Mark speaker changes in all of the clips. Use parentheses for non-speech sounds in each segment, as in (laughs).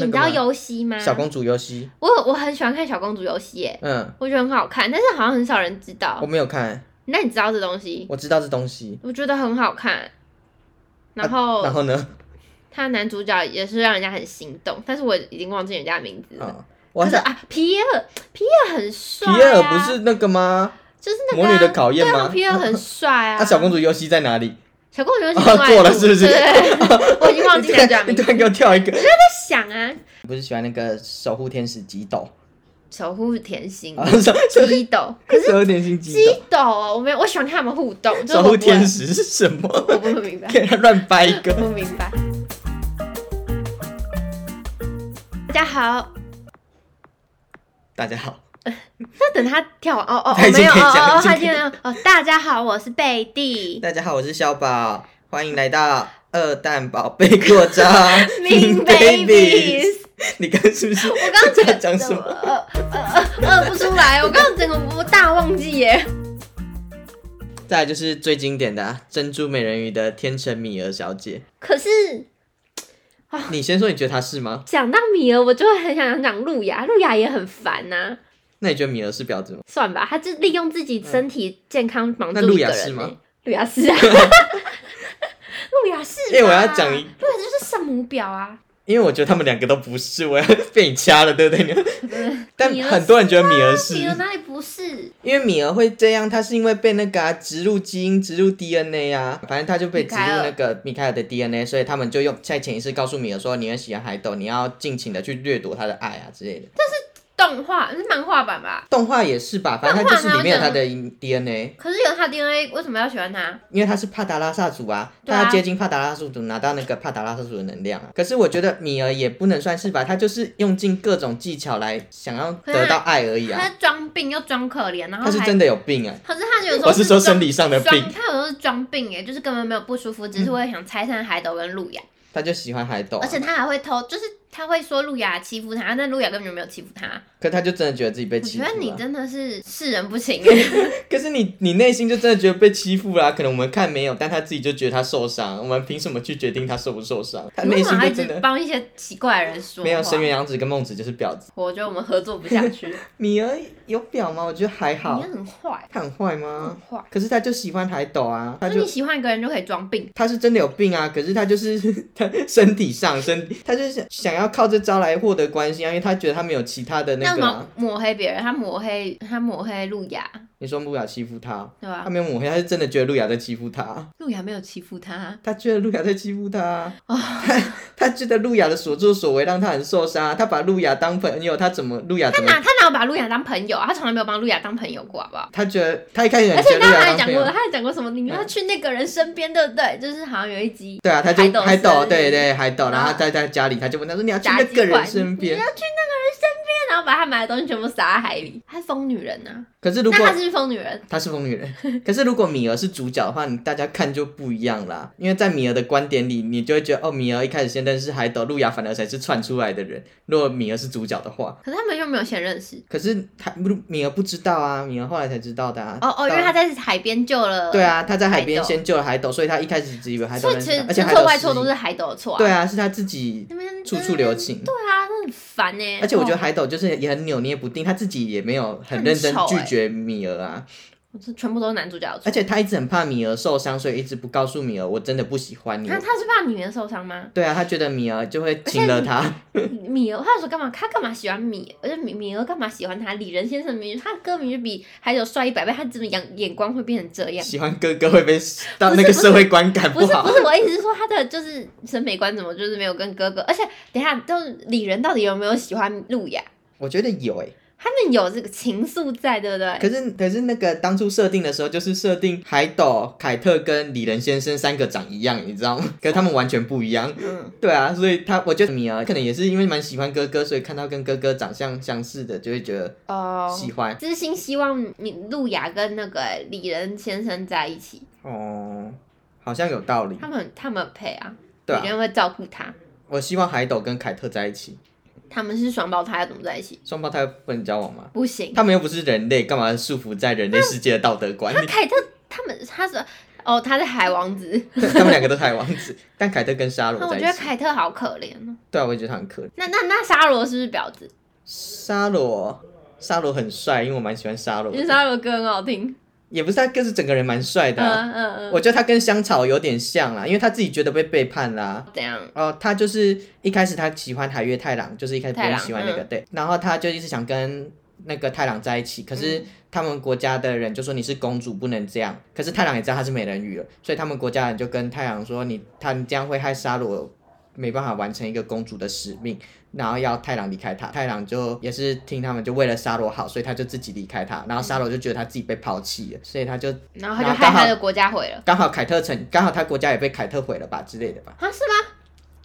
Speaker 1: 你知道尤西吗？
Speaker 2: 小公主尤西，
Speaker 1: 我我很喜欢看小公主游戏，耶，
Speaker 2: 嗯，
Speaker 1: 我觉得很好看，但是好像很少人知道
Speaker 2: 我。没有看，
Speaker 1: 那你知道这东西？
Speaker 2: 我知道这东西。
Speaker 1: 我觉得很好看。然
Speaker 2: 啊
Speaker 1: 后
Speaker 2: 然后呢？
Speaker 1: 他男主角也是让人家很心动，但是我已经忘记人家的名字了。
Speaker 2: 啊，我
Speaker 1: 呃
Speaker 2: 还
Speaker 1: 可是
Speaker 2: 想
Speaker 1: 啊，皮耶尔，皮耶尔很帅、
Speaker 2: 皮
Speaker 1: 啊。
Speaker 2: 耶尔不是那个吗？
Speaker 1: 就是那个、啊、
Speaker 2: 魔女的考验
Speaker 1: 对啊
Speaker 2: 吗
Speaker 1: 皮耶
Speaker 2: (laughs)
Speaker 1: 尔很帅啊。
Speaker 2: 那小公主尤西在哪里？
Speaker 1: 小公主游戏
Speaker 2: 哦
Speaker 1: 另外一
Speaker 2: 过了
Speaker 1: 部
Speaker 2: 是不是
Speaker 1: 对对对
Speaker 2: (laughs)
Speaker 1: 我已经忘
Speaker 2: 你
Speaker 1: 记
Speaker 2: 突
Speaker 1: 人家的
Speaker 2: 然你
Speaker 1: 名字。我
Speaker 2: 突
Speaker 1: 在
Speaker 2: 然给我跳一个，
Speaker 1: 想啊，
Speaker 2: 不是喜欢那个守护天使吉斗，
Speaker 1: 守护甜心
Speaker 2: 啊， (laughs) 守
Speaker 1: 激斗，嗯可是
Speaker 2: 守护天使吉
Speaker 1: 激
Speaker 2: 斗，
Speaker 1: 斗哦，我没有，我喜欢看他们互动，就是
Speaker 2: 守
Speaker 1: 我
Speaker 2: 护
Speaker 1: 不会
Speaker 2: 天，使是什么？
Speaker 1: 我不啊明白，
Speaker 2: (laughs) 给他乱掰一
Speaker 1: 我
Speaker 2: 个。
Speaker 1: 不明白。大家好，
Speaker 2: 大家好，
Speaker 1: 那等他跳完，哦哦，
Speaker 2: 他
Speaker 1: 哦
Speaker 2: 已经
Speaker 1: 没有，哦
Speaker 2: 可以讲
Speaker 1: 哦，
Speaker 2: 已
Speaker 1: 哦他
Speaker 2: 经可以
Speaker 1: 今天哦，大家好，我是贝
Speaker 2: (laughs)
Speaker 1: 蒂，
Speaker 2: 大家好，我是小宝，欢迎来到二蛋宝贝过招
Speaker 1: (laughs) Mean Babies
Speaker 2: 你刚刚是不是？
Speaker 1: 我刚刚
Speaker 2: 在 (laughs)
Speaker 1: 整个
Speaker 2: 讲什么？
Speaker 1: 呃呃呃呃不出来，我刚刚整个我大忘记耶。
Speaker 2: 再来就是最经典的、啊《珍珠美人鱼》的天成米儿小姐，
Speaker 1: 可是
Speaker 2: 你先说，你觉得她是吗？
Speaker 1: 讲到米儿，我就会很想讲路亚，路亚也很烦啊呐、
Speaker 2: 那你觉得米儿是婊子吗？
Speaker 1: 算吧，他就利用自己身体健康绑
Speaker 2: 嗯那
Speaker 1: 住
Speaker 2: 路
Speaker 1: 一个
Speaker 2: 亚
Speaker 1: 人、
Speaker 2: 是吗
Speaker 1: 欸。路亚
Speaker 2: (laughs)
Speaker 1: 是啊，路亚是吧。
Speaker 2: 哎因为我要讲一
Speaker 1: 路亚就是圣母婊啊。
Speaker 2: 因为我觉得他们两个都不是，我要被你掐了，对不对？ (laughs) 但
Speaker 1: 米儿
Speaker 2: 很多人觉得米儿是，
Speaker 1: 米儿哪里不是？
Speaker 2: 因为米儿会这样，她是因为被那个、啊、植入基因、植入 DNA 啊，反正她就被植入那个米开尔的 DNA，所以他们就用在潜意识告诉米儿说，你很喜欢海斗，你要尽情的去掠夺他的爱啊之类的。
Speaker 1: 动画是漫画版吧？
Speaker 2: 动画也是吧，反正它就是里面有他的 DNA，
Speaker 1: 可是有他 DNA，为什么要喜欢他？
Speaker 2: 因为他是帕达拉萨族啊，
Speaker 1: 对啊
Speaker 2: 他要接近帕达拉萨族，拿到那个帕达拉萨族的能量啊。可是我觉得米儿也不能算是吧，他就是用尽各种技巧来想要得到爱而已
Speaker 1: 他
Speaker 2: 啊。
Speaker 1: 装病又装可怜，然后
Speaker 2: 他是
Speaker 1: 还
Speaker 2: 真的有病啊，
Speaker 1: 可是他有时候
Speaker 2: 我是
Speaker 1: 装
Speaker 2: 说生理上的病嗯
Speaker 1: 装，他有时候是装病哎，就是根本没有不舒服，只是会想拆散海斗跟路亚，
Speaker 2: 他就喜欢海斗啊、
Speaker 1: 而且他还会偷，就是他会说路亚欺负他，但路亚根本就没有欺负他。
Speaker 2: 可他就真的觉得自己被
Speaker 1: 我
Speaker 2: 欺
Speaker 1: 觉
Speaker 2: 负、啊。
Speaker 1: 得你真的是世人不行欸，
Speaker 2: 可是你你内心就真的觉得被欺负啦、啊可能我们看没有，但他自己就觉得他受伤，我们凭什么去决定他受不受伤？ (laughs) 他
Speaker 1: 你为
Speaker 2: 内
Speaker 1: 什么
Speaker 2: 心
Speaker 1: 还
Speaker 2: 就
Speaker 1: 一直
Speaker 2: 真的
Speaker 1: 帮一些奇怪的人说
Speaker 2: 没有
Speaker 1: 话
Speaker 2: 深渊阳子跟孟子就是婊子。
Speaker 1: 我觉得我们合作不下去，你
Speaker 2: 米儿有婊吗？我觉得还 (laughs) 好，
Speaker 1: 很坏，
Speaker 2: 他很坏
Speaker 1: 很
Speaker 2: 吗？
Speaker 1: 坏。
Speaker 2: 可是他就喜欢海斗啊，他
Speaker 1: 那
Speaker 2: 就
Speaker 1: 你喜欢一个人就可以装病，
Speaker 2: 他是真的有病啊，可是他就是 (laughs) 他身体上身，他就是想要靠这招来获得关心啊，因为他觉得他没有其他的
Speaker 1: 那
Speaker 2: 那
Speaker 1: 为什
Speaker 2: 个啊、
Speaker 1: 么抹黑别人？他抹黑他抹黑路亚，
Speaker 2: 你说路雅欺负他，
Speaker 1: 对吧
Speaker 2: 他？没有抹黑，他是真的觉得路雅在欺负他，
Speaker 1: 路亚没有欺负他，
Speaker 2: 他觉得路雅在欺负他啊，
Speaker 1: 哦
Speaker 2: 他他觉得路雅的所作所为让他很受伤啊，他把路雅当朋友，他怎么路雅
Speaker 1: 他
Speaker 2: 怎么
Speaker 1: 哪？他哪有把路亚当朋友啊？他从来没有把路亚当朋友过，好不好？
Speaker 2: 他觉得他一开始
Speaker 1: 而
Speaker 2: 很觉
Speaker 1: 且
Speaker 2: 得
Speaker 1: 他
Speaker 2: 路雅
Speaker 1: 还
Speaker 2: 当
Speaker 1: 讲
Speaker 2: 朋
Speaker 1: 过，
Speaker 2: 友，
Speaker 1: 他
Speaker 2: 嗯
Speaker 1: 还讲过什么？你们要去那个人身边，对不对？就是好像有一集，
Speaker 2: 对啊，他就
Speaker 1: 海
Speaker 2: 海
Speaker 1: 斗
Speaker 2: 斗，
Speaker 1: 生
Speaker 2: 对对海斗，然后
Speaker 1: 啊
Speaker 2: 他在在家里他就问他说你要去
Speaker 1: 炸
Speaker 2: 那
Speaker 1: 鸡
Speaker 2: 个
Speaker 1: 块，
Speaker 2: 人身边
Speaker 1: 你，要去那个人身边，然后把他买的东西全部撒在海里。她是疯女人呐、
Speaker 2: 可是
Speaker 1: 那
Speaker 2: 如果
Speaker 1: 她是不是疯女人？
Speaker 2: 她是疯女人， (laughs) 可是如果米儿是主角的话，你大家看就不一样啦。因为在米儿的观点里，你就会觉得哦，米儿一开始先认识海斗，路亚反而才是窜出来的人。如果米儿是主角的话，
Speaker 1: 可是他们又没有先认识。
Speaker 2: 可是他米儿不知道啊，米儿后来才知道的啊。
Speaker 1: 哦哦，因为他
Speaker 2: 他
Speaker 1: 在海边救了。
Speaker 2: 对。啊，他在海边
Speaker 1: 海斗
Speaker 2: 先救了海斗，所以他一开始只以为海
Speaker 1: 所
Speaker 2: 斗
Speaker 1: 以
Speaker 2: 认
Speaker 1: 其
Speaker 2: 识
Speaker 1: 实
Speaker 2: 他，而且
Speaker 1: 千
Speaker 2: 海
Speaker 1: 错
Speaker 2: 斗
Speaker 1: 万
Speaker 2: 是
Speaker 1: 错都
Speaker 2: 自
Speaker 1: 是
Speaker 2: 己
Speaker 1: 海斗的错、啊。
Speaker 2: 对啊，是他自己
Speaker 1: 那边
Speaker 2: 处处留情。
Speaker 1: 对啊，那很烦呢、
Speaker 2: 而且我觉得
Speaker 1: 哦
Speaker 2: 海斗就是也很扭捏不定，他自己也没有很
Speaker 1: 很
Speaker 2: 认真
Speaker 1: 丑
Speaker 2: 拒
Speaker 1: 欸
Speaker 2: 绝米儿啊。
Speaker 1: 我这全部都是男主角的错。
Speaker 2: 而且他一直很怕米儿受伤，所以一直不告诉米儿我真的不喜欢你。
Speaker 1: 他啊他是怕米儿受伤吗？
Speaker 2: 对啊，他觉得米儿就会亲了他，
Speaker 1: 米儿，他说干嘛？他干嘛喜欢米儿？而且米米儿干嘛喜欢他？李仁先生明明他的歌名就比海斗帅一百倍，他怎么眼眼光会变成这样？
Speaker 2: 喜欢哥哥会被到
Speaker 1: 不
Speaker 2: 那
Speaker 1: 是
Speaker 2: 个
Speaker 1: 不
Speaker 2: 社会观感
Speaker 1: 不是
Speaker 2: 好
Speaker 1: 不。是，我意思是说他的就是审美观怎么就是没有跟哥哥，而且等一下，就是李仁到底有没有喜欢路亚？
Speaker 2: 我觉得有诶、
Speaker 1: 他们有这个情愫在，对不对？
Speaker 2: 可是可是那个当初设定的时候，就是设定海斗、凯特跟李仁先生三个长一样，你知道吗？ (laughs) 可是他们完全不一样。
Speaker 1: 嗯，
Speaker 2: 对啊，所以他我觉得米儿可能也是因为蛮喜欢哥哥，所以看到跟哥哥长相相似的，就会觉得
Speaker 1: 哦、
Speaker 2: 喜欢。
Speaker 1: 知心希望你路亚跟那个李仁先生在一起，
Speaker 2: 哦，好像有道理
Speaker 1: 他。们他们配啊，
Speaker 2: 对啊
Speaker 1: 李仁会照顾他，
Speaker 2: 我希望海斗跟凯特在一起，
Speaker 1: 他们是双胞胎，要怎么在一起？
Speaker 2: 双胞胎不能交往吗？
Speaker 1: 不行，
Speaker 2: 他们又不是人类，干嘛束缚在人类世界的道德观
Speaker 1: 他
Speaker 2: 里？
Speaker 1: 凯特他们他是。哦，他是海王子，
Speaker 2: (laughs) 他们两个都是海王子， (laughs) 但凯特跟沙
Speaker 1: 那
Speaker 2: 罗
Speaker 1: 我
Speaker 2: 在
Speaker 1: 觉
Speaker 2: 一
Speaker 1: 得
Speaker 2: 起。
Speaker 1: 凯特好可怜哦。
Speaker 2: 对啊，我也觉得他很可怜。
Speaker 1: 那那那沙罗是不是婊子？
Speaker 2: 沙罗，沙罗很帅，因为我蛮喜欢沙罗
Speaker 1: 因为
Speaker 2: 的。
Speaker 1: 沙罗歌很好听。
Speaker 2: 也不是他，就是整个人蛮帅的啊、
Speaker 1: 嗯嗯
Speaker 2: 我
Speaker 1: 嗯。
Speaker 2: 觉得他跟香草有点像啦，因为他自己觉得被背叛啦。
Speaker 1: 怎样？
Speaker 2: 哦，他就是一开始他喜欢海月太郎，就是一开始不
Speaker 1: 太
Speaker 2: 会
Speaker 1: 郎嗯
Speaker 2: 喜欢那个、对，然后他就一直想跟那个太郎在一起，可
Speaker 1: 嗯
Speaker 2: 是他们国家的人就说你是公主不能这样，可是太郎也知道他是美人鱼了，所以他们国家人就跟太郎说你他你这样会害沙罗没办法完成一个公主的使命，然后要太郎离开他，太郎就也是听他们就为了沙罗好，所以他就自己离开他，然后沙罗就觉得他自己被抛弃了，所以他就
Speaker 1: 然后他
Speaker 2: 然
Speaker 1: 就
Speaker 2: 后
Speaker 1: 害
Speaker 2: 刚好
Speaker 1: 他的国家毁了
Speaker 2: 刚好凯特城刚好他国家也被凯特毁了吧之类的吧。
Speaker 1: 啊？是吗？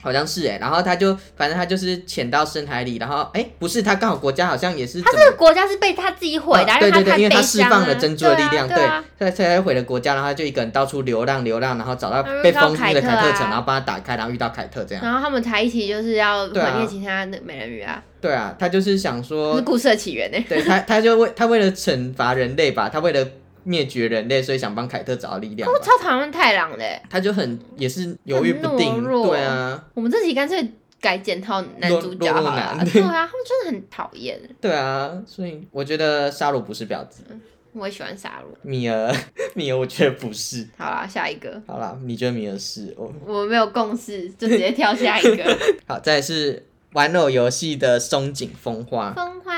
Speaker 2: 好像是哎、然后他就反正他就是潜到深海里，然后哎、不是他刚好国家好像也是
Speaker 1: 他
Speaker 2: 怎么
Speaker 1: 这个国家是被他自己毁的啊，
Speaker 2: 对对
Speaker 1: 太
Speaker 2: 对，因为
Speaker 1: 悲
Speaker 2: 他释
Speaker 1: 伤
Speaker 2: 放
Speaker 1: 啊
Speaker 2: 了珍珠的力量，
Speaker 1: 对啊。
Speaker 2: 他他才毁了国家，然后他就一个人到处流浪流浪，然后找到
Speaker 1: 然后
Speaker 2: 被
Speaker 1: 遇到
Speaker 2: 封住的
Speaker 1: 凯特
Speaker 2: 凯特
Speaker 1: 啊嗯
Speaker 2: 城，然后帮他打开，然后遇到凯特这样。
Speaker 1: 然后他们才一起就是要
Speaker 2: 对啊
Speaker 1: 毁灭其他的美人鱼啊，
Speaker 2: 对啊，他就是想
Speaker 1: 这是
Speaker 2: 说，
Speaker 1: 故事的起源呢、
Speaker 2: 对他他就为他为了惩罚人类吧，他为了灭绝人类，所以想帮凯特找到力量
Speaker 1: 我
Speaker 2: 吧。
Speaker 1: 哦超讨厌太郎的欸、
Speaker 2: 他就很也是犹豫不
Speaker 1: 很懦
Speaker 2: 定，
Speaker 1: 弱
Speaker 2: 对啊，
Speaker 1: 我们这集干脆改检讨男主角好
Speaker 2: 弱弱
Speaker 1: 了
Speaker 2: 男，
Speaker 1: 对啊，他们真的很讨厌。
Speaker 2: 对啊，所以我觉得沙鲁不是婊子，
Speaker 1: 我也喜欢沙鲁。
Speaker 2: 米儿 (laughs) 米儿我觉得不是。
Speaker 1: 好啦，下一个，
Speaker 2: 好啦，你觉得米尔是哦？
Speaker 1: 我没有共识，就直接跳下一个。
Speaker 2: 好，再来是玩偶游戏的松井风花。
Speaker 1: 风花。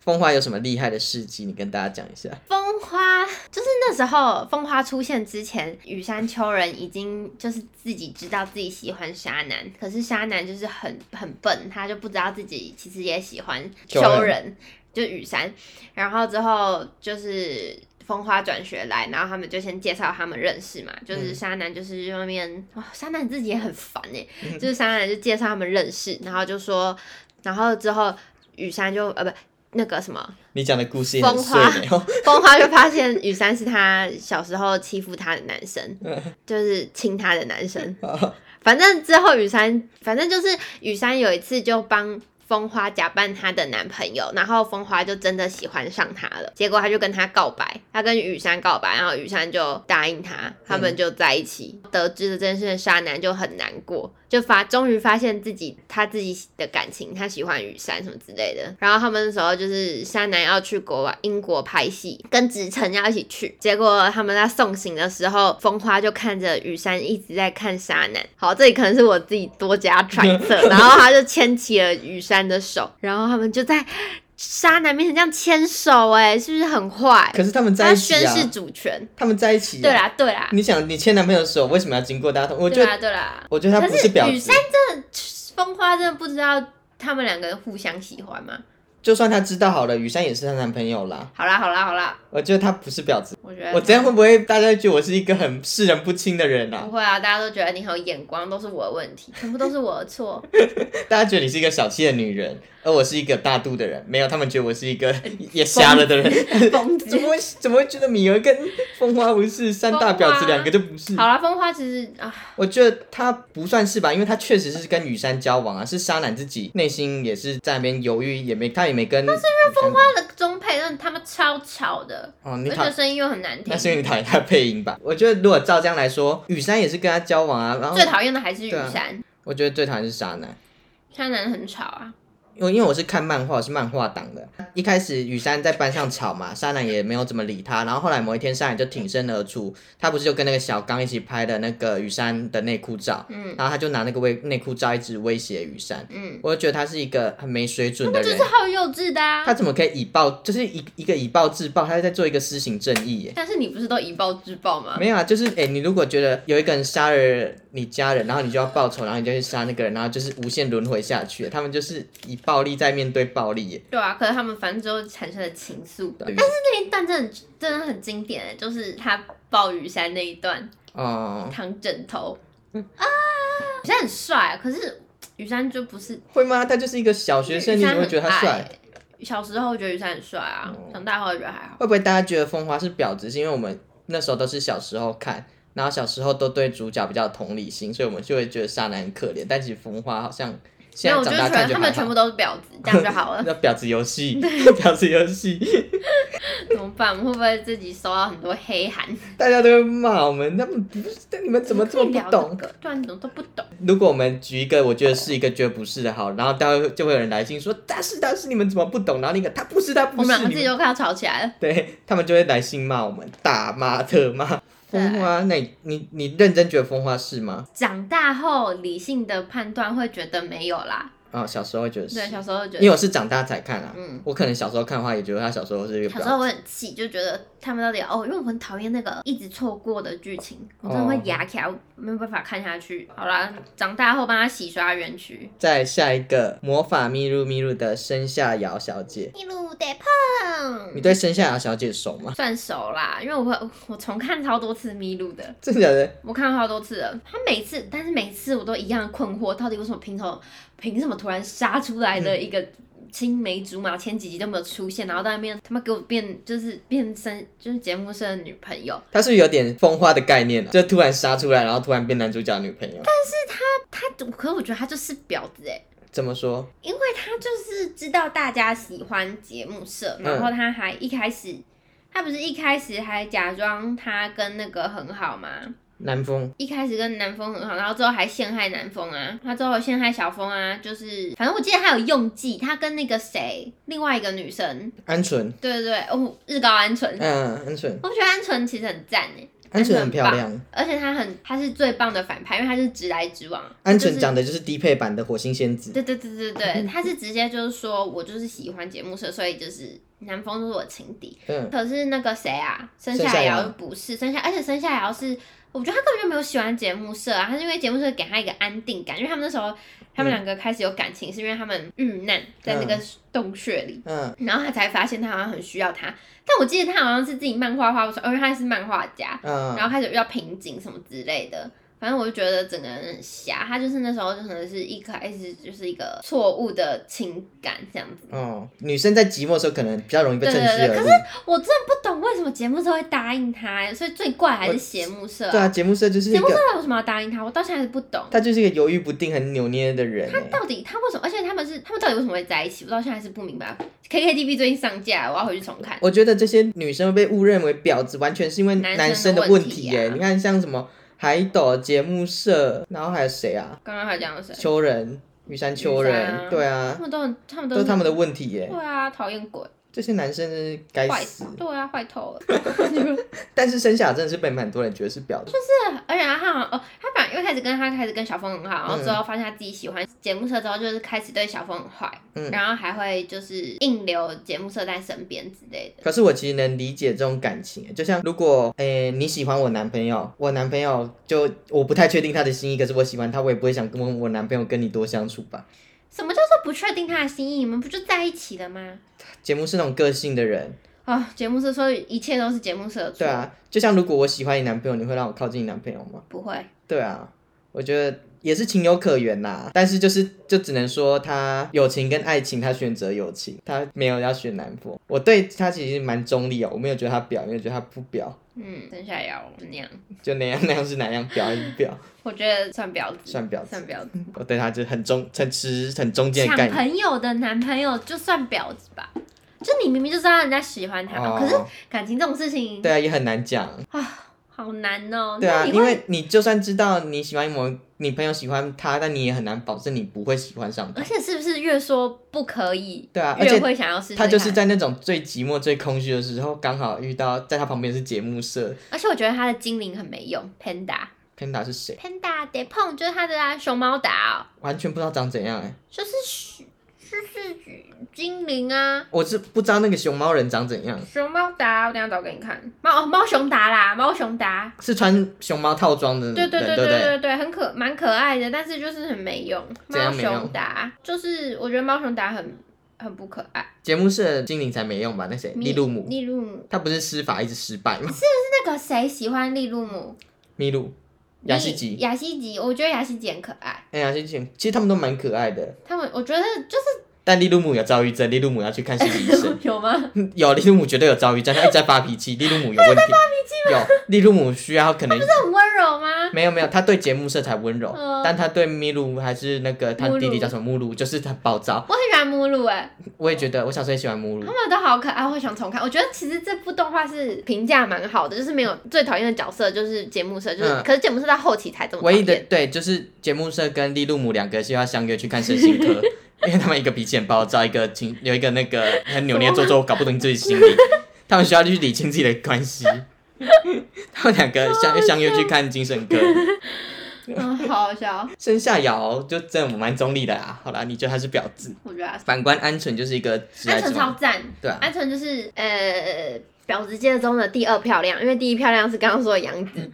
Speaker 2: 风花有什么厉害的事迹？你跟大家讲一下。
Speaker 1: 风花就是那时候风花出现之前，羽山秋人已经就是自己知道自己喜欢沙男，可是沙男就是很很笨，他就不知道自己其实也喜欢秋
Speaker 2: 秋
Speaker 1: 人，就羽山。然后之后就是风花转学来，然后他们就先介绍他们认识嘛，就是沙男就是外面哇、沙男自己也很烦哎、就是沙男就介绍他们认识，然后就说，然后之后羽山就呃不那个什么。
Speaker 2: 你讲的故事也很
Speaker 1: 风
Speaker 2: 碎
Speaker 1: 花
Speaker 2: 呢。哦
Speaker 1: (laughs) 风花就发现雨山是他小时候欺负他的男生，就是亲他的男生。反正之后雨山，反正就是雨山有一次就帮。风花假扮她的男朋友，然后风花就真的喜欢上他了。结果他就跟他告白，他跟雨山告白，然后雨山就答应他，他们就在一起。得知了这件事的沙男就很难过，就发终于发现自己他自己的感情，他喜欢雨山什么之类的。然后他们那时候就是沙男要去国外英国拍戏，跟直城要一起去。结果他们在送行的时候，风花就看着雨山一直在看沙男。好，这里可能是我自己多加揣测。然后他就牵起了雨山的手，然后他们就在沙男面前这样牵手、哎，是不是很坏？
Speaker 2: 可是他们在
Speaker 1: 他
Speaker 2: 一起
Speaker 1: 宣
Speaker 2: 啊，
Speaker 1: 誓主权。
Speaker 2: 他们在一起、啊。
Speaker 1: 对，啦，对啦，
Speaker 2: 你想，你牵男朋友的时候为什么要经过大家同？我觉
Speaker 1: 对
Speaker 2: 得，
Speaker 1: 啦，对啦。
Speaker 2: 我觉得他
Speaker 1: 可
Speaker 2: 不是婊
Speaker 1: 雨
Speaker 2: 子
Speaker 1: 山。真的，风花真的不知道他们两个互相喜欢吗？
Speaker 2: 就算他知道好了，雨山也是她男朋友啦。
Speaker 1: 好啦，好啦，好啦，
Speaker 2: 我觉得他不是婊子。
Speaker 1: 我觉得
Speaker 2: 我这样会不会大家觉得我是一个很世人不清的人啊
Speaker 1: 不？会啊，大家都觉得你很有眼光，都是我的问题， (laughs) 全部都是我的错。
Speaker 2: 大家觉得你是一个小气的女人，而我是一个大度的人。没有，他们觉得我是一个也瞎了的人。
Speaker 1: 哎疯
Speaker 2: 怎
Speaker 1: 子。
Speaker 2: 么会怎么会觉得米儿跟风花不是三大婊子，两个就不是？
Speaker 1: 好啦，风花其实啊，
Speaker 2: 我觉得他不算是吧，因为他确实是跟雨山交往啊，是沙男自己内心也是在那边犹豫，也没他也没跟。那是因为风花
Speaker 1: 他的中配让他们超吵的，
Speaker 2: 哦，你
Speaker 1: 而
Speaker 2: 讨
Speaker 1: 且声音又很难听
Speaker 2: 那。是因为你讨厌他配音吧？我觉得如果照这样来说，雨山也是跟他交往啊，然后
Speaker 1: 最讨厌的还是雨
Speaker 2: 对啊
Speaker 1: 山，
Speaker 2: 我觉得最讨厌是沙男。
Speaker 1: 山男很吵啊。
Speaker 2: 因为因为我是看漫画，我是漫画党的。一开始雨山在班上吵嘛，沙男也没有怎么理他。然后后来某一天，沙男就挺身而出，他不是就跟那个小刚一起拍的那个雨山的内裤照，嗯，然后他就拿那个威内裤照一直威胁雨山，
Speaker 1: 嗯，
Speaker 2: 我就觉得他是一个很没水准的
Speaker 1: 就
Speaker 2: 人
Speaker 1: 是，好幼稚的啊
Speaker 2: 他。怎么可以以暴，就是一一个以暴制暴，他是在做一个施行正义耶。
Speaker 1: 但是你不是都以暴制暴吗？
Speaker 2: 没有啊，就是哎、你如果觉得有一个人杀了你家人，然后你就要报仇，然后你就去杀那个人，然后就是无限轮回下去。他们就是以暴力在面对暴力耶。
Speaker 1: 对啊，可是他们反正之后产生了情愫。
Speaker 2: 对
Speaker 1: 那一段真的真的很经典欸，就是他抱雨山那一段
Speaker 2: 哦、嗯
Speaker 1: 躺枕头啊，雨山很帅、啊，可是雨山就不是
Speaker 2: 会吗？他就是一个小学生，
Speaker 1: 雨
Speaker 2: 你
Speaker 1: 山
Speaker 2: 怎么会觉得他
Speaker 1: 很
Speaker 2: 帅哦
Speaker 1: 矮？小时候觉得雨山很帅啊，长大后觉得还好。
Speaker 2: 会不会大家觉得风花是婊子，是因为我们那时候都是小时候看，然后小时候都对主角比较有同理心，所以我们就会觉得沙男很可怜。但其实风花好像
Speaker 1: 没
Speaker 2: 现
Speaker 1: 有，
Speaker 2: 在
Speaker 1: 我觉
Speaker 2: 长
Speaker 1: 得
Speaker 2: 大
Speaker 1: 全他
Speaker 2: 看还
Speaker 1: 们
Speaker 2: 好
Speaker 1: 全部都是婊子，
Speaker 2: (laughs)
Speaker 1: 这样就好了。
Speaker 2: 那婊子游戏， (laughs) 婊子游戏，
Speaker 1: 怎么办？我们会不会自己收到很多黑函？
Speaker 2: 大家都会骂我们，他们不是，但你们怎么这么不
Speaker 1: 可
Speaker 2: 懂？
Speaker 1: 以聊这个？对啊，你怎么都不懂？
Speaker 2: 如果我们举一个我觉得是一个，觉得不是的，好，然后待会就会有人来信说他是他是你们怎么不懂？然后那个他不是他
Speaker 1: 我
Speaker 2: 不
Speaker 1: 们
Speaker 2: 是，
Speaker 1: 两个
Speaker 2: 你
Speaker 1: 自己都快要吵起来了。
Speaker 2: (laughs) 对他们就会来信骂我们，大骂特骂。
Speaker 1: (laughs) 对
Speaker 2: 风花，那你你你认真觉得风花是吗？
Speaker 1: 长大后理性的判断会觉得没有啦。
Speaker 2: 啊、小时候会觉得是，
Speaker 1: 对，小时候觉
Speaker 2: 因为
Speaker 1: 得，
Speaker 2: 我是长大才看啊。
Speaker 1: 嗯，
Speaker 2: 我可能小时候看的话，也觉得他小时候是一个
Speaker 1: 小
Speaker 2: 比
Speaker 1: 时
Speaker 2: 较
Speaker 1: 候我很气，就觉得他们到底哦，因为我很讨厌那个一直错过的剧情，我真的会
Speaker 2: 哦
Speaker 1: 牙起来，我没有办法看下去。好啦，长大后帮他洗刷冤屈。
Speaker 2: 再下一个魔法咪路咪路的生夏瑶小姐，
Speaker 1: 一路得
Speaker 2: 你
Speaker 1: 碰，
Speaker 2: 对生夏瑶小姐熟吗？ (laughs)
Speaker 1: 算熟啦，因为我会我重看超多次《迷路》的，
Speaker 2: 真的假的？
Speaker 1: 我看了好多次了。他每次，但是每次我都一样的困惑，到底为什么平头凭什么突然杀出来的一个青梅竹马，前几集都没有出现，然后到那边他妈给我变就是变身就是节目生的女朋友，
Speaker 2: 她是不是有点风花的概念、啊，就突然杀出来，然后突然变男主角的女
Speaker 1: (laughs)
Speaker 2: 朋友。
Speaker 1: 他可我觉得他就是婊子哎、
Speaker 2: 怎么说？
Speaker 1: 因为他就是知道大家喜欢节目社，
Speaker 2: 嗯
Speaker 1: 然后他还一开始。他不是一开始还假装他跟那个很好吗？
Speaker 2: 南风
Speaker 1: 一开始跟南风很好，然后之后还陷害南风啊，他之后陷害小风啊，就是反正我记得他有用计，他跟那个谁，另外一个女生，
Speaker 2: 鹌鹑，
Speaker 1: 对对对，哦，日高安纯，
Speaker 2: 嗯，鹌鹑，
Speaker 1: 我觉得安纯其实很赞诶，鹌
Speaker 2: 鹌鹑
Speaker 1: 鹑
Speaker 2: 很
Speaker 1: 很
Speaker 2: 漂亮。
Speaker 1: 而且他很他是最棒的反派，因为他是直来直往，
Speaker 2: 鹌
Speaker 1: 就是
Speaker 2: 鹑长得就是低配版的火星仙子，
Speaker 1: 对对对对对，他是直接就是说我就是喜欢节目社，所以就是南风是我情敌，
Speaker 2: 嗯，
Speaker 1: 可是那个谁啊，生
Speaker 2: 生
Speaker 1: 下
Speaker 2: 下
Speaker 1: 瑶
Speaker 2: 瑶
Speaker 1: 不是生下，而且生下瑶是，我觉得他根本就没有喜欢节目社啊，他是因为节目社给他一个安定感，因为他们那时候他们两个开始有感情，是因为他们遇难在那个洞穴里。
Speaker 2: 嗯，
Speaker 1: 然后他才发现他好像很需要他，但我记得他好像是自己漫画画不出来，因为他是漫画家，然后
Speaker 2: 嗯，
Speaker 1: 开始遇到瓶颈什么之类的。反正我就觉得整个人很瞎，他就是那时候就可能是一开始就是一个错误的情感这样子。
Speaker 2: 哦，女生在寂寞的时候可能比较容易被
Speaker 1: 对
Speaker 2: 趁
Speaker 1: 对
Speaker 2: 虚
Speaker 1: 对
Speaker 2: 而
Speaker 1: 可
Speaker 2: 入。
Speaker 1: 我真的不懂为什么节目社会答应他，欸所以最怪还是节目社、
Speaker 2: 对啊，节目社就是一
Speaker 1: 节目社
Speaker 2: 个，
Speaker 1: 为什么要答应他？我到现在还是不懂，
Speaker 2: 他就是一个犹豫不定、很扭捏的人欸。
Speaker 1: 到底他为什么？而且他们是他们到底为什么会在一起？我到现在还是不明白。KKTV 最近上架，我要回去重看。
Speaker 2: 我觉得这些女生会被误认为婊子，完全是因为男生的问题耶、
Speaker 1: 男生的问题啊
Speaker 2: 你看，像什么海斗、节目社，然后还有谁啊？
Speaker 1: 刚刚还讲了谁？
Speaker 2: 秋人、玉山秋
Speaker 1: 玉山
Speaker 2: 人，
Speaker 1: 啊
Speaker 2: 对
Speaker 1: 他
Speaker 2: 啊，
Speaker 1: 们都很，他们
Speaker 2: 都
Speaker 1: 是
Speaker 2: 是他们的问题耶、
Speaker 1: 对啊，讨厌鬼，
Speaker 2: 这些男生真是该
Speaker 1: 坏
Speaker 2: 死。
Speaker 1: 对啊，坏透了。 (laughs)
Speaker 2: 但是生下真的是被蛮多人觉得是婊子，
Speaker 1: 而且他好像哦，他本来因为开始跟他开始跟小峰很好，然后之
Speaker 2: 嗯
Speaker 1: 后发现他自己喜欢节目社之后，就是开始对小峰很坏，
Speaker 2: 嗯
Speaker 1: 然后还会就是硬留节目社在身边之类的。
Speaker 2: 可是我其实能理解这种感情耶，就像如果诶、你喜欢我男朋友，我男朋友就我不太确定他的心意，可是我喜欢他，我也不会想跟我男朋友跟你多相处吧。
Speaker 1: 什么叫做不确定他的心意？你们不就在一起了吗？
Speaker 2: 节目是那种个性的人，
Speaker 1: 啊、节目社说一切都是节目社的错，
Speaker 2: 对啊，就像如果我喜欢你男朋友，你会让我靠近你男朋友吗？
Speaker 1: 不会，
Speaker 2: 对啊，我觉得也是情有可原啦，但是就是就只能说他友情跟爱情，他选择友情，他没有要选男方。我对他其实蛮中立哦，我没有觉得他婊，没有觉得他不婊，
Speaker 1: 嗯，等下要怎么样？
Speaker 2: 就那样那样是哪样婊还是不婊，
Speaker 1: 我觉得算婊子，(laughs)
Speaker 2: 算婊子。
Speaker 1: 算婊子，
Speaker 2: 我对他就很中，很持很中间的概
Speaker 1: 抢
Speaker 2: 念。
Speaker 1: 朋友的男朋友就算婊子吧。就你明明就知道人家喜欢他，可是
Speaker 2: 哦，
Speaker 1: 感情这种事情啊
Speaker 2: 对啊，也很难讲。
Speaker 1: 好难哦、
Speaker 2: 对啊，
Speaker 1: 那你
Speaker 2: 因
Speaker 1: 会
Speaker 2: 为你就算知道你喜欢某，你朋友喜欢他，但你也很难保证你不会喜欢上他
Speaker 1: 而。且是不是越说不可以，
Speaker 2: 对啊，而
Speaker 1: 越
Speaker 2: 且
Speaker 1: 呃会想要试试
Speaker 2: 他
Speaker 1: 看？
Speaker 2: 就是在那种最寂寞、最空虚的时候，刚好遇到在他旁边是节目社。
Speaker 1: 而且我觉得他的精灵很没用，Panda
Speaker 2: Panda 是谁？
Speaker 1: Panda 得碰就是他的、啊、熊猫达、哦，
Speaker 2: 完全不知道长怎样哎、
Speaker 1: 就是嘘就是精灵啊，
Speaker 2: 我是不知道那个熊猫人长怎样，
Speaker 1: 熊猫达，我等一下找给你看，猫哦猫熊达啦，猫熊达，
Speaker 2: 是穿熊猫套装的人，
Speaker 1: 对对对
Speaker 2: 嗯对
Speaker 1: 对
Speaker 2: 不
Speaker 1: 对对，很可蛮可爱的，但是就是很没用，
Speaker 2: 怎
Speaker 1: 猫
Speaker 2: 样没用
Speaker 1: 熊达就是我觉得猫熊达很很不可爱，
Speaker 2: 节目社的精灵才没用吧？那谁，利露姆，
Speaker 1: 利露姆，
Speaker 2: 他不是施法一直失败吗？
Speaker 1: 那个谁喜欢利露姆？
Speaker 2: 米露、雅西吉，
Speaker 1: 雅西吉，我觉得雅西吉很可爱。
Speaker 2: 哎、雅西吉，其实他们都蛮可爱的，
Speaker 1: 他们我觉得就是
Speaker 2: 但利露姆有躁郁症，利露姆要去看心理医生。 (laughs)
Speaker 1: (laughs) 有吗？
Speaker 2: 有利露姆绝对有躁郁症，他一直在发脾气，利露姆有问题。有利露姆需要可能
Speaker 1: 很温柔柔吗？
Speaker 2: 没有没有，他对节目色彩温柔，
Speaker 1: 嗯
Speaker 2: 但他对米露还是那个他
Speaker 1: 目
Speaker 2: 弟弟
Speaker 1: 录
Speaker 2: 叫什么目露，就是他暴躁。
Speaker 1: 我很喜欢母乳哎、
Speaker 2: 我也觉得，我小时候也喜欢目
Speaker 1: 他
Speaker 2: 露。
Speaker 1: 们都好可爱，我想重看。我觉得其实这部动画是评价蛮好的，就是没有最讨厌的角色就是节目社，就是、
Speaker 2: 嗯
Speaker 1: 可是节目社到后期才这么讨
Speaker 2: 唯一的
Speaker 1: 厌。
Speaker 2: 对，就是节目社跟利露姆两个是要相约去看身心科， (laughs) 因为他们一个脾气很暴躁，一个情有一个那个很扭捏做作，我搞不懂自己心 (laughs) 理，他们需要去理清自己的关 (laughs) 系。他们两个相相约去看精神科，
Speaker 1: 嗯，好好笑，
Speaker 2: 生下瑶就真的蛮中立的啊。好啦，你觉得他是婊子？
Speaker 1: 我觉得啊
Speaker 2: 反观鹌鹑就是一个直
Speaker 1: 鹌
Speaker 2: 来
Speaker 1: 鹑
Speaker 2: 直
Speaker 1: 超
Speaker 2: 往，
Speaker 1: 赞，
Speaker 2: 对啊，
Speaker 1: 鹌鹑就是呃婊子界中的第二漂亮，因为第一漂亮是刚刚说的杨紫，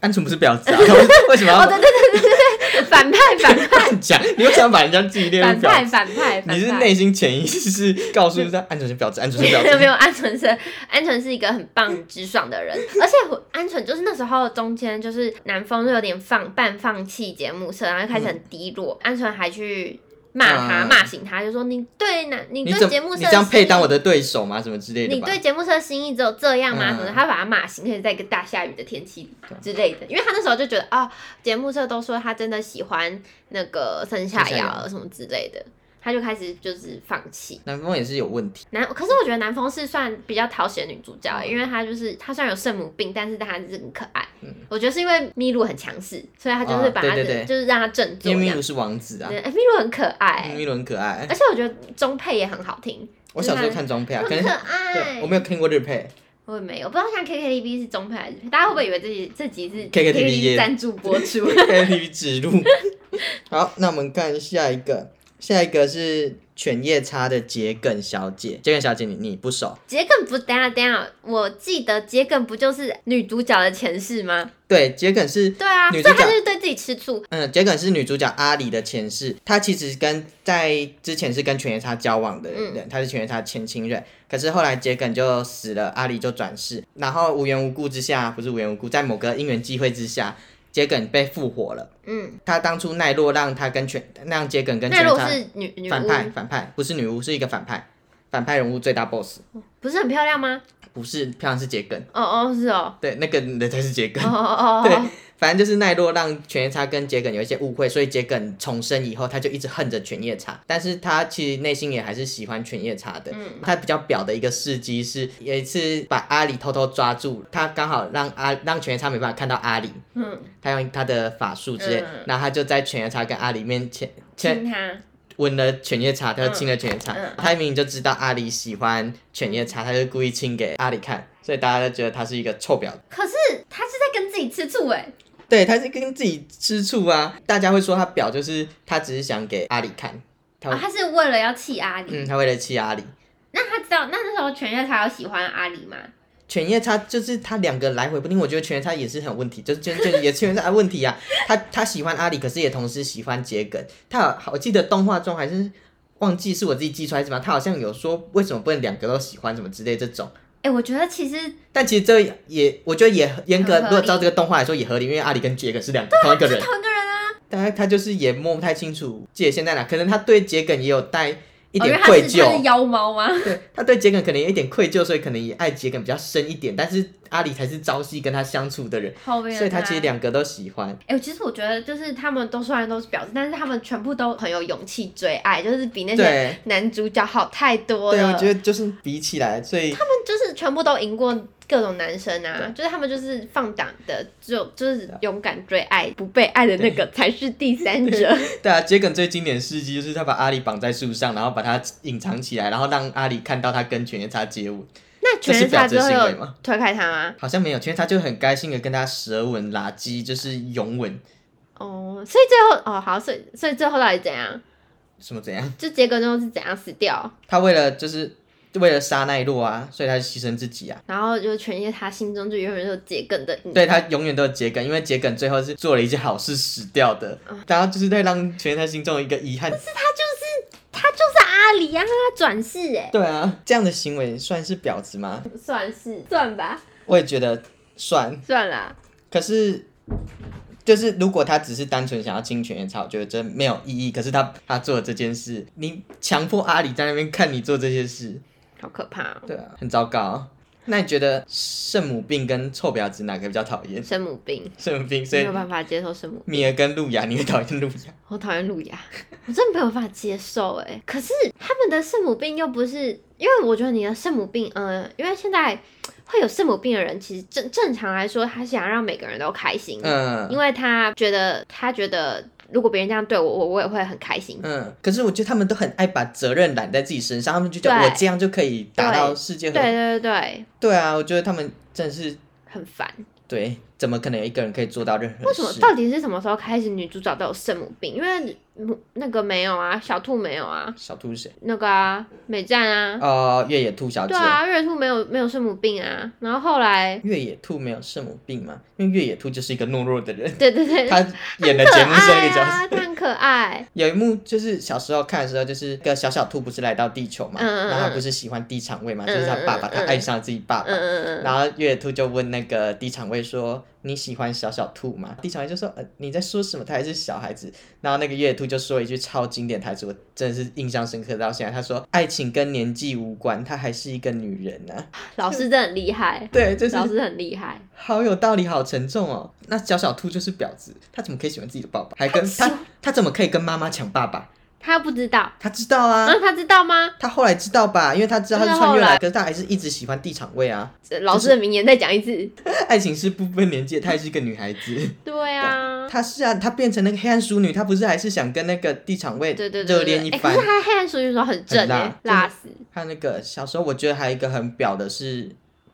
Speaker 2: 鹌鹑不是
Speaker 1: (laughs)
Speaker 2: 婊子啊，为为什么
Speaker 1: 哦
Speaker 2: 要
Speaker 1: 对对对对对，反派反派
Speaker 2: 乱讲？你为什么要把人家自己列入
Speaker 1: 反
Speaker 2: 婊
Speaker 1: 派
Speaker 2: 子？
Speaker 1: 反派，
Speaker 2: 你是
Speaker 1: 反派
Speaker 2: 内心潜意识告诉他鹌鹑是婊子，鹌鹑是婊
Speaker 1: 没
Speaker 2: (laughs)
Speaker 1: (laughs)
Speaker 2: 子。
Speaker 1: 有，鹌鹑是鹌鹑是一个很棒、直爽的
Speaker 2: (laughs)
Speaker 1: 人，而且我鹌鹑就是那时候中间就是南风就有点放半放弃节目社，然后就开始很低落，鹌鹑、还去骂他、
Speaker 2: 嗯
Speaker 1: 骂醒他，就说你对男你
Speaker 2: 你
Speaker 1: 对
Speaker 2: 怎
Speaker 1: 节目
Speaker 2: 么
Speaker 1: 社
Speaker 2: 你这样配当我
Speaker 1: 的
Speaker 2: 的对手吗？什么之类
Speaker 1: 心
Speaker 2: 的
Speaker 1: 意。你
Speaker 2: 吧？
Speaker 1: 对节目社的心意只有这样吗？什
Speaker 2: 嗯
Speaker 1: 么的，他把他骂醒，而且在一个大下雨的天气啊里之类的，因为他那时候就觉得哦，节目社都说他真的喜欢那个盛夏
Speaker 2: 盛夏
Speaker 1: 瑶什么之类的，他就开始就是放弃。
Speaker 2: 南风也是有问题，
Speaker 1: 南，可是我觉得南风是算比较讨喜的女主角，欸
Speaker 2: 嗯
Speaker 1: 因为她就是她虽然有圣母病，但是她还是很可爱。我觉得是因为麋鹿很强势，所以她就是把她
Speaker 2: 啊
Speaker 1: 的、
Speaker 2: 嗯对对对
Speaker 1: 就是让她振作
Speaker 2: 因
Speaker 1: 这
Speaker 2: 为米
Speaker 1: 样
Speaker 2: 鲁。是王子啊，
Speaker 1: 对，哎麋鹿很可爱，
Speaker 2: 米鲁很可爱哎
Speaker 1: 而。且我觉得中配也很好听，
Speaker 2: 我小时候看中配啊，
Speaker 1: 很
Speaker 2: 可能
Speaker 1: 可爱。
Speaker 2: 对我没有看过日配
Speaker 1: 我也没有，我不知道像 K K T V 是中配还是大家会不会以为这集这集是
Speaker 2: KKTV 耶
Speaker 1: 赞助播
Speaker 2: (laughs)
Speaker 1: 出？
Speaker 2: ，KTV 指路。 (laughs) 好，那我们看下一个，下一个是犬夜叉的桔梗小姐，桔梗小姐你你不熟？
Speaker 1: 桔梗不，等一下等一下，我记得桔梗不就是女主角的前世吗？
Speaker 2: 对，桔梗是
Speaker 1: 对啊，所
Speaker 2: 女
Speaker 1: 以
Speaker 2: 主角
Speaker 1: 她就是对自己吃醋，
Speaker 2: 嗯，桔梗是女主角阿里的前世，她其实跟在之前是跟犬夜叉交往的
Speaker 1: 嗯
Speaker 2: 人，她、是犬夜叉前情人。可是后来桔梗就死了，阿里就转世，然后无缘无故之下，不是无缘无故，在某个因缘机会之下，桔梗被复活了。
Speaker 1: 嗯，
Speaker 2: 她当初奈落让她跟犬，让桔梗跟犬
Speaker 1: 奈
Speaker 2: 夜
Speaker 1: 落
Speaker 2: 叉
Speaker 1: 是女女
Speaker 2: 反
Speaker 1: 巫
Speaker 2: 派，反派不是女巫，是一个反派，反派人物最大 BOSS，
Speaker 1: 不是很漂亮吗？
Speaker 2: 不是漂亮是桔梗，
Speaker 1: 哦哦，是哦，
Speaker 2: 对，那个人才是桔梗
Speaker 1: 哦。哦哦，
Speaker 2: 对，反正就是奈落让犬夜叉跟桔梗有一些误会，所以桔梗重生以后，他就一直恨着犬夜叉，但是他其实内心也还是喜欢犬夜叉的。
Speaker 1: 嗯
Speaker 2: 他比较表的一个事迹是，有一次把阿里偷偷抓住，他刚好让阿让犬夜叉没办法看到阿里， (laughs)
Speaker 1: 嗯，
Speaker 2: 他用他的法术之类，
Speaker 1: 嗯
Speaker 2: 然后他就在犬夜叉跟阿里面前前
Speaker 1: 亲他，
Speaker 2: 吻了犬夜叉，他就亲了犬夜叉。
Speaker 1: 嗯嗯
Speaker 2: 他明明就知道阿里喜欢犬夜叉，他就故意亲给阿里看，所以大家都觉得他是一个臭婊子。
Speaker 1: 可是他是在跟自己吃醋哎，
Speaker 2: 对，他是跟自己吃醋啊，大家会说他婊，就是他只是想给阿里看，他
Speaker 1: 啊，他是为了要气阿里。
Speaker 2: 嗯，他为了气阿里。
Speaker 1: 那他知道，那那时候全月才有喜欢阿里吗？
Speaker 2: 犬夜叉就是他两个来回不定，我觉得犬夜叉也是很有问题，就是就就也是犬夜叉的问题啊。他他喜欢阿里，可是也同时喜欢桔梗。他好我记得动画中还是忘记是我自己记出来是吗？他好像有说为什么不能两个都喜欢什么之类这种。
Speaker 1: 哎、我觉得其实
Speaker 2: 但其实这也，我觉得也严格，
Speaker 1: 很合理
Speaker 2: 如果照这个动画来说也合理，因为阿里跟桔梗是两个同一
Speaker 1: (laughs)
Speaker 2: 个人，
Speaker 1: 同一个人啊，
Speaker 2: 但他他就是也摸不太清楚界限在哪，可能他对桔梗也有带一
Speaker 1: 哦因为
Speaker 2: 点
Speaker 1: 他
Speaker 2: 愧
Speaker 1: 是
Speaker 2: 疚，
Speaker 1: 他是妖猫啊吗？
Speaker 2: 对， (laughs) 他对桔梗可能有一点愧疚，所以可能也爱桔梗比较深一点，但是阿里才是朝夕跟他相处的人，
Speaker 1: 后面
Speaker 2: 所以他其实。两个都喜欢。
Speaker 1: 哎、其实我觉得就是他们都虽然都是婊子，但是他们全部都很有勇气追爱，就是比那些
Speaker 2: 对，
Speaker 1: 男主角好太多了。
Speaker 2: 对，我觉得就是比起来，所以
Speaker 1: 他们就是全部都赢过各种男生啊，就是他们就是放荡的，就就是勇敢追爱，不被爱的那个才是第三者。
Speaker 2: 对啊，桔梗最经典的事迹就是他把阿里绑在树上，然后把他隐藏起来，然后让阿里看到他跟犬夜叉接吻，
Speaker 1: (laughs) 那
Speaker 2: 这
Speaker 1: 全
Speaker 2: 是
Speaker 1: 身
Speaker 2: 婊
Speaker 1: 下
Speaker 2: 子
Speaker 1: 之后
Speaker 2: 行为
Speaker 1: 有
Speaker 2: 吗？
Speaker 1: 推开他吗？
Speaker 2: 好像没有，犬夜叉就很开心的跟他舌吻、拉鸡，就是拥吻，
Speaker 1: 哦，所以最后哦好，所以所以最后到底怎样？
Speaker 2: 什么怎样？
Speaker 1: 就结果最后是怎样死掉？
Speaker 2: 他为了就是为了杀奈落啊，所以他牺牲自己啊。
Speaker 1: 然后就全夜他心中就永远都有桔梗的影。
Speaker 2: 对他永远都有桔梗，因为桔梗最后是做了一件好事死掉的，然后就是会让全他心中有一个遗憾。
Speaker 1: 他就是阿里啊，他转世哎，
Speaker 2: 对啊，这样的行为算是婊子吗？
Speaker 1: 算是算吧，
Speaker 2: 我也觉得算，
Speaker 1: 算啦。
Speaker 2: 可是就是如果他只是单纯想要侵权夜叉，我觉得这没有意义。可是他他做的这件事，你强迫阿里在那边看你做这些事，
Speaker 1: 好可怕、哦！
Speaker 2: 对啊，很糟糕。那你觉得圣母病跟臭婊子哪个比较讨厌？ (laughs)
Speaker 1: 圣母病，
Speaker 2: 圣母病，所
Speaker 1: 没
Speaker 2: 以
Speaker 1: 有办法接受圣母病。
Speaker 2: 米儿跟路亚，你会讨厌
Speaker 1: (laughs)
Speaker 2: 路亚？
Speaker 1: 我讨厌路亚，我真的没有办法接受哎、可是他们的圣母病又不是，因为我觉得你的圣母病，呃，因为现在会有圣母病的人，其实正正常来说，他想让每个人都开心，
Speaker 2: 嗯
Speaker 1: 因为他觉得他觉得如果别人这样对我，我我也会很开心。
Speaker 2: 嗯，可是我觉得他们都很爱把责任揽在自己身上，他们就觉得
Speaker 1: 对
Speaker 2: 我这样就可以达到世界
Speaker 1: 对
Speaker 2: 和平。
Speaker 1: 对对对，
Speaker 2: 对啊，我觉得他们真的是
Speaker 1: 很烦。
Speaker 2: 对，怎么可能有一个人可以做到任何事？
Speaker 1: 为什么？到底是什么时候开始女主角都有圣母病？因为母那个没有啊，小兔没有啊，
Speaker 2: 小兔是谁？
Speaker 1: 那个啊，美战啊，
Speaker 2: 呃，越野兔小姐。
Speaker 1: 对啊，月兔没有没有圣母病啊。然后后来，
Speaker 2: 越野兔没有圣母病吗？因为越野兔就是一个懦弱
Speaker 1: (laughs)
Speaker 2: 的人，
Speaker 1: 对对对，
Speaker 2: 他演了
Speaker 1: 可
Speaker 2: 节目上一
Speaker 1: 爱
Speaker 2: 个角
Speaker 1: 啊，
Speaker 2: 色。
Speaker 1: 他很可
Speaker 2: (laughs)
Speaker 1: 爱，
Speaker 2: 有一幕就是小时候看的时候，就是个小小兔不是来到地球嘛，
Speaker 1: 嗯嗯嗯
Speaker 2: 然后他不是喜欢地场位嘛，
Speaker 1: 嗯
Speaker 2: 就是他爸爸，
Speaker 1: 嗯嗯
Speaker 2: 他爱上了自己爸爸。
Speaker 1: 嗯嗯嗯
Speaker 2: 然后越野兔就问那个地场位说：“你喜欢小小兔吗？”地场位就说：“呃，你在说什么？他还是小孩子。”然后那个越野兔就说一句超经典台词，我真的是印象深刻到现在。他说：“爱情跟年纪无关，她还是一个女人啊。
Speaker 1: 嗯，老师真的很厉害”，
Speaker 2: 对，就是
Speaker 1: 老师很厉害，
Speaker 2: 好有道理，好沉重哦。那小小兔就是婊子，她怎么可以喜欢自己的爸爸？
Speaker 1: (laughs)
Speaker 2: 还跟她她怎么可以跟妈妈抢爸爸？
Speaker 1: 他不知道，
Speaker 2: 她知道啊，
Speaker 1: 那他知道吗？
Speaker 2: 她后来知道吧，因为她知道她是
Speaker 1: 但是
Speaker 2: 穿
Speaker 1: 后
Speaker 2: 越
Speaker 1: 来
Speaker 2: 来，可是她还是一直喜欢地场位啊。 (laughs)
Speaker 1: 这老师的名言再讲一次，
Speaker 2: 爱情是不分年纪的，她也是一个女孩
Speaker 1: (laughs)
Speaker 2: 子。
Speaker 1: 对啊。
Speaker 2: 她是啊，她变成那个黑暗淑女，她不是还是想跟那个地场位
Speaker 1: 对对对
Speaker 2: 热
Speaker 1: 对
Speaker 2: 恋一
Speaker 1: 对，哎、
Speaker 2: 番
Speaker 1: 可是？他黑暗属于的时候很正
Speaker 2: 很辣
Speaker 1: 哎、辣死！
Speaker 2: (laughs) 还有那个小时候，我觉得还有一个很婊的是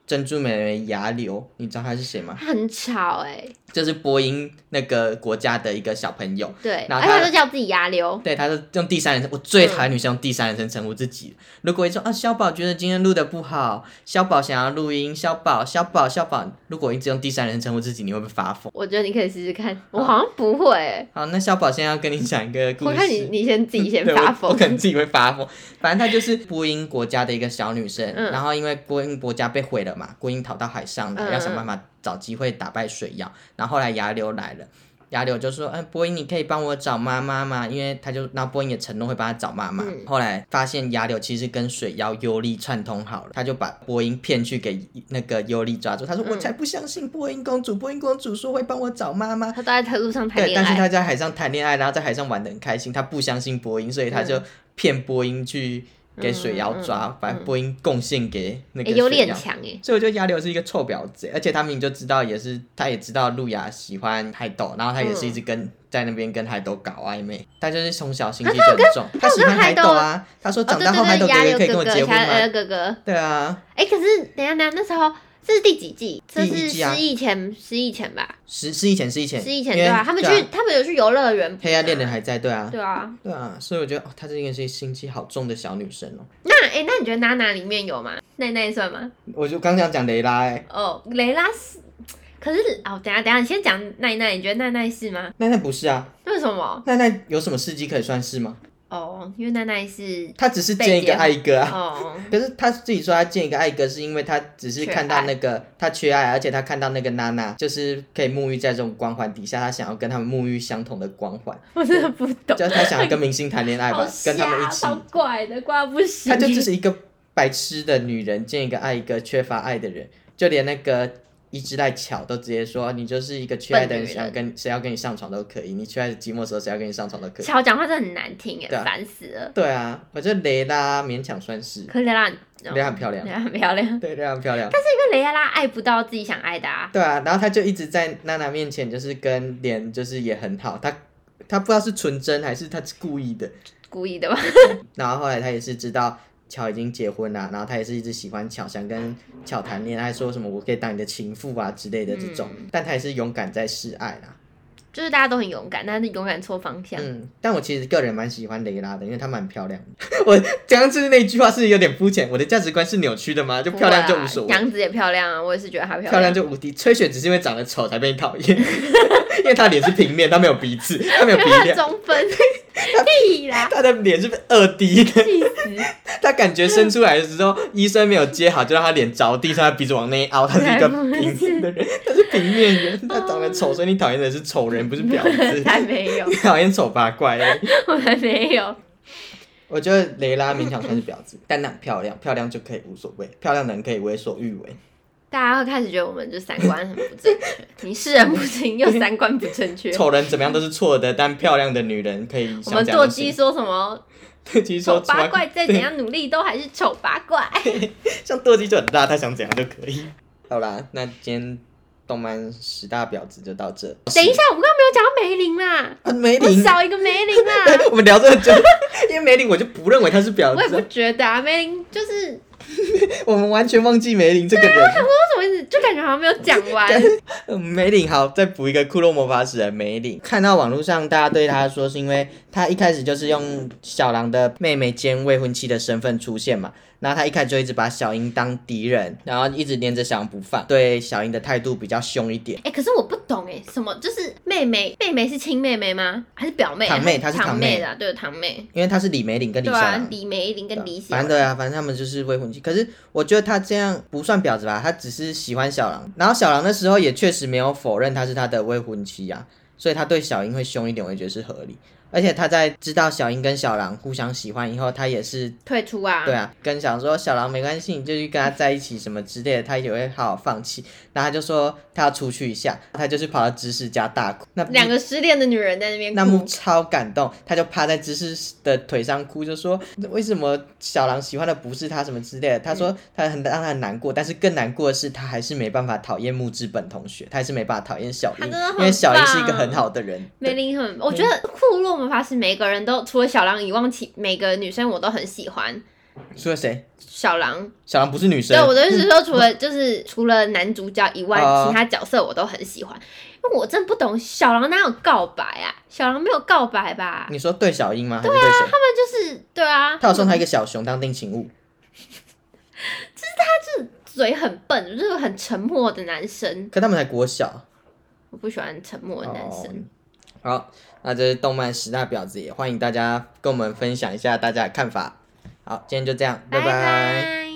Speaker 2: 珍珠美人鱼牙流，你知道她是谁吗？
Speaker 1: 他很吵哎、
Speaker 2: 就是波音那个国家的一个小朋友。
Speaker 1: 对，
Speaker 2: 然
Speaker 1: 而
Speaker 2: 后
Speaker 1: 且
Speaker 2: 他
Speaker 1: 他就叫自己牙流，
Speaker 2: 对，他是用第三人称，我最讨厌女生用第三人称称呼自己。如果一说啊，小宝觉得今天录的不好，小宝想要录音，小宝，小宝，小宝，如果一直用第三人称称呼自己，你会不会发疯？
Speaker 1: 我觉得你可以试试看，我好像不会、欸，
Speaker 2: 好，那小宝现在要跟你讲一个故事。
Speaker 1: 我看你你先自己先
Speaker 2: (laughs) 对我
Speaker 1: 发
Speaker 2: 我
Speaker 1: 疯，
Speaker 2: 可能自己会发疯。反正她就是波音国家的一个小女生，
Speaker 1: 嗯
Speaker 2: 然后因为波音国家被毁了嘛，波音逃到海上来，
Speaker 1: 嗯
Speaker 2: 要想办法找机会打败水妖。然后后来牙流来了，牙流就说：“嗯、波音，你可以帮我找妈妈吗？”因为他就，那波音也承诺会帮他找妈妈。
Speaker 1: 嗯
Speaker 2: 后来发现牙流其实跟水妖尤利串通好了，他就把波音骗去给那个尤利抓住。他说：“我
Speaker 1: 嗯
Speaker 2: 才不相信波音公主，波音公主说会帮我找妈妈。”
Speaker 1: 他都在路上谈
Speaker 2: 对，
Speaker 1: 恋
Speaker 2: 但是
Speaker 1: 爱，
Speaker 2: 他在海上谈恋爱，然后在海上玩的很开心，他不相信波音，所以他就骗波音去给水妖抓，
Speaker 1: 嗯嗯嗯嗯
Speaker 2: 把波音贡献给那个
Speaker 1: 哎、有
Speaker 2: 水
Speaker 1: 点
Speaker 2: 妖。
Speaker 1: 强哎，
Speaker 2: 所以我觉得亚流是一个臭婊子，而且他明明就知道，也是他也知道路亚喜欢海斗，然后他也是一
Speaker 1: 嗯
Speaker 2: 直跟、在那边跟海斗搞暧昧，他就是从小心机就很重，
Speaker 1: 啊他有
Speaker 2: 喜
Speaker 1: 跟
Speaker 2: 欢海
Speaker 1: 海斗
Speaker 2: 斗啊，他说
Speaker 1: 哦
Speaker 2: 长
Speaker 1: 对
Speaker 2: 大后海
Speaker 1: 对
Speaker 2: 斗
Speaker 1: 对，
Speaker 2: 哥
Speaker 1: 鸭六
Speaker 2: 哥可以跟
Speaker 1: 哥
Speaker 2: 我
Speaker 1: 哥，呃
Speaker 2: 结婚
Speaker 1: 鸭
Speaker 2: 吗？
Speaker 1: 六哥哥。
Speaker 2: 对啊，
Speaker 1: 哎、可是等一下，等一下，那时候这是第几季？这
Speaker 2: 第一
Speaker 1: 是
Speaker 2: 季啊
Speaker 1: 失忆前，失忆前吧，
Speaker 2: 是是以前是以前，
Speaker 1: 失忆前
Speaker 2: 因为
Speaker 1: 对啊，他们去，他们有去游乐园，
Speaker 2: 黑暗恋人还在，对啊，
Speaker 1: 对啊。
Speaker 2: 对啊，所以我觉得哦，她这个是心机好重的小女生哦。
Speaker 1: 那哎、那你觉得娜娜里面有吗？奈奈算吗？
Speaker 2: 我就刚想讲雷拉、欸，
Speaker 1: 哦，蕾拉是，可是哦，等一下等一下，你先讲奈奈，你觉得奈奈是吗？
Speaker 2: 奈奈不是啊，
Speaker 1: 为什么？
Speaker 2: 奈奈有什么事迹可以算是吗？
Speaker 1: 哦，因为奈奈是
Speaker 2: 她只是见一个爱一个啊。
Speaker 1: 哦， (laughs)
Speaker 2: 可是她自己说她见一个爱一个，是因为她只是看到那个她缺爱，而且她看到那个娜娜就是可以沐浴在这种光环底下，她想要跟他们沐浴相同的光环，
Speaker 1: 我真的不懂，
Speaker 2: 就是她想要跟明星谈恋爱
Speaker 1: 好
Speaker 2: 吧，跟他们一
Speaker 1: 瞎，
Speaker 2: 起
Speaker 1: 超。怪的，怪到不行。
Speaker 2: 她就只是一个白痴的女人，见一个爱一个，缺乏爱的人，就连那个一直在巧都直接说哦你就是一个缺爱的
Speaker 1: 笨
Speaker 2: 人，
Speaker 1: 女
Speaker 2: 想要
Speaker 1: 人
Speaker 2: 跟谁要跟你上床都可以，你缺爱寂寞的时候谁要跟你上床都可以。
Speaker 1: 乔讲话真的很难听哎
Speaker 2: 对啊，
Speaker 1: 烦死了。
Speaker 2: 对啊，我觉得雷拉勉强算是，
Speaker 1: 可是哦蕾拉，蕾 (laughs)
Speaker 2: 雷拉很漂亮，
Speaker 1: 拉很漂亮，因
Speaker 2: 对，雷啊拉很漂亮。但是
Speaker 1: 为蕾拉爱不到自己想爱的啊。
Speaker 2: 对啊，然后她就一直在娜娜面前，就是跟脸就是也很好，她她不知道是纯真还是她是故意的。
Speaker 1: 故意的吧？
Speaker 2: 然后后来她也是知道乔已经结婚了，然后她也是一直喜欢乔，想跟乔谈恋爱，说什么我可以当你的情妇啊之类的
Speaker 1: 嗯
Speaker 2: 这种，但她也是勇敢在示爱啦。
Speaker 1: 就是大家都很勇敢，但是勇敢错方向。
Speaker 2: 嗯，但我其实个人蛮喜欢雷拉的，因为她蛮漂亮的。 (laughs) 我刚刚就是那句话是有点肤浅，我的价值观是扭曲的吗？就漂亮就无所
Speaker 1: 不
Speaker 2: 谓
Speaker 1: 会。啦啊杨紫也漂亮啊，我也是觉得她 (laughs) 漂
Speaker 2: 漂亮。就无敌，吹雪只是因为长得丑才被你讨厌， (laughs) 因为她脸是平面，她没有鼻子，她没有鼻
Speaker 1: 她有 (laughs)
Speaker 2: 梁，
Speaker 1: 中分，屁啦，
Speaker 2: 她的脸是二 D (laughs) 的，
Speaker 1: 气死！
Speaker 2: 她感觉生出来的时候，医生没有接好，就让她脸着地，所以她鼻子往内凹，她是一个平
Speaker 1: (laughs)
Speaker 2: 面的人，她是平面人，她长得丑，所以你讨厌的是
Speaker 1: (laughs)
Speaker 2: 丑人，不是婊子，
Speaker 1: 才没有
Speaker 2: 你，讨厌丑八怪而已。
Speaker 1: 我才没有。
Speaker 2: 我觉得蕾拉勉强算是婊子，但那漂亮，漂亮就可以无所谓，漂亮的人可以为所欲为。
Speaker 1: 大家会开始觉得我们就三观很不正确，你是人不清又三观不正确。
Speaker 2: 丑人怎么样都是错的，但漂亮的女人可以
Speaker 1: 我
Speaker 2: 想
Speaker 1: 们
Speaker 2: 讲
Speaker 1: 做
Speaker 2: 就
Speaker 1: 鸡
Speaker 2: 行。
Speaker 1: 说什么
Speaker 2: (laughs) 对，其实
Speaker 1: 丑
Speaker 2: 说
Speaker 1: 八怪，再怎
Speaker 2: 对
Speaker 1: 样努力都还是丑八
Speaker 2: (laughs)
Speaker 1: 怪。
Speaker 2: 像舵机就很大，他想怎样就可以。好啦，那今天动漫十大婊子就到这。
Speaker 1: 等一下，我们刚刚没有讲到梅林啦，
Speaker 2: 啊，梅
Speaker 1: 我
Speaker 2: 林， (laughs)
Speaker 1: 少一个梅林啦。
Speaker 2: 我们聊这么久，因为梅林我就不认为她是婊
Speaker 1: 我也
Speaker 2: 子
Speaker 1: 不 (laughs)
Speaker 2: 啊，
Speaker 1: 觉得啊，梅林就是
Speaker 2: 我们完全忘记梅林这个人。
Speaker 1: 为什么一直就感觉好像没有讲
Speaker 2: (laughs)
Speaker 1: 完？
Speaker 2: 嗯梅林好，再补一个骷髅魔法使的梅林。看到网络上大家对他说，是因为他一开始就是用小狼的妹妹兼未婚妻的身份出现嘛，然后他一开始就一直把小樱当敌人，然后一直黏着小狼不放，对小樱的态度比较凶一点。
Speaker 1: 哎、可是我不懂哎、什么就是妹妹？妹妹是亲妹妹吗？还是表妹？啊
Speaker 2: 堂妹她是
Speaker 1: 堂
Speaker 2: 堂妹
Speaker 1: 的，对，堂妹。
Speaker 2: 因为他是李梅林跟李
Speaker 1: 对
Speaker 2: 小狼
Speaker 1: 啊，，李梅玲跟李小
Speaker 2: 反正对啊，反正他们就是未婚妻。可是我觉得他这样不算婊子吧，他只是喜欢小狼。然后小狼那时候也确实没有否认他是他的未婚妻啊，所以他对小英会凶一点，我也觉得是合理。而且他在知道小英跟小狼互相喜欢以后，他也是
Speaker 1: 退出啊。
Speaker 2: 对啊，跟小狼说小狼没关系，你就去跟他在一起什么之类的，他也会好好放弃。然后他就说他要出去一下，他就是跑到芝士家大哭。那
Speaker 1: 两个失恋的女人在那边
Speaker 2: 那幕
Speaker 1: 哭，
Speaker 2: 超感动，他就趴在芝士的腿上哭，就说为什么小狼喜欢的不是他什么之类的。他
Speaker 1: 嗯
Speaker 2: 说他很让他很难过，但是更难过的是他还是没办法讨厌木之本同学，他还是没办法讨厌小
Speaker 1: 他
Speaker 2: 樱
Speaker 1: 真的很，
Speaker 2: 因为小樱是一个
Speaker 1: 棒
Speaker 2: 很好的人。
Speaker 1: 梅玲很，我觉得库洛魔法使每个人都除了小狼以外，其每个女生我都很喜欢。
Speaker 2: 除了谁？
Speaker 1: 小狼，
Speaker 2: 小狼不是女生
Speaker 1: 对，我的意思是说，除了就是除了男主角以外，
Speaker 2: 嗯哦
Speaker 1: 其他角色我都很喜欢。因为我真不懂小狼哪有告白啊？小狼没有告白吧？
Speaker 2: 你说对小樱吗？还是对谁？
Speaker 1: 他们就是对啊，
Speaker 2: 他有送他一个小熊当定情物。
Speaker 1: 嘴很笨，就是很沉默的男生。
Speaker 2: 可他们才国小。
Speaker 1: 我不喜欢沉默的男生。
Speaker 2: 哦好，那这是动漫十大婊子，也欢迎大家跟我们分享一下大家的看法。好，今天就这样，拜
Speaker 1: 拜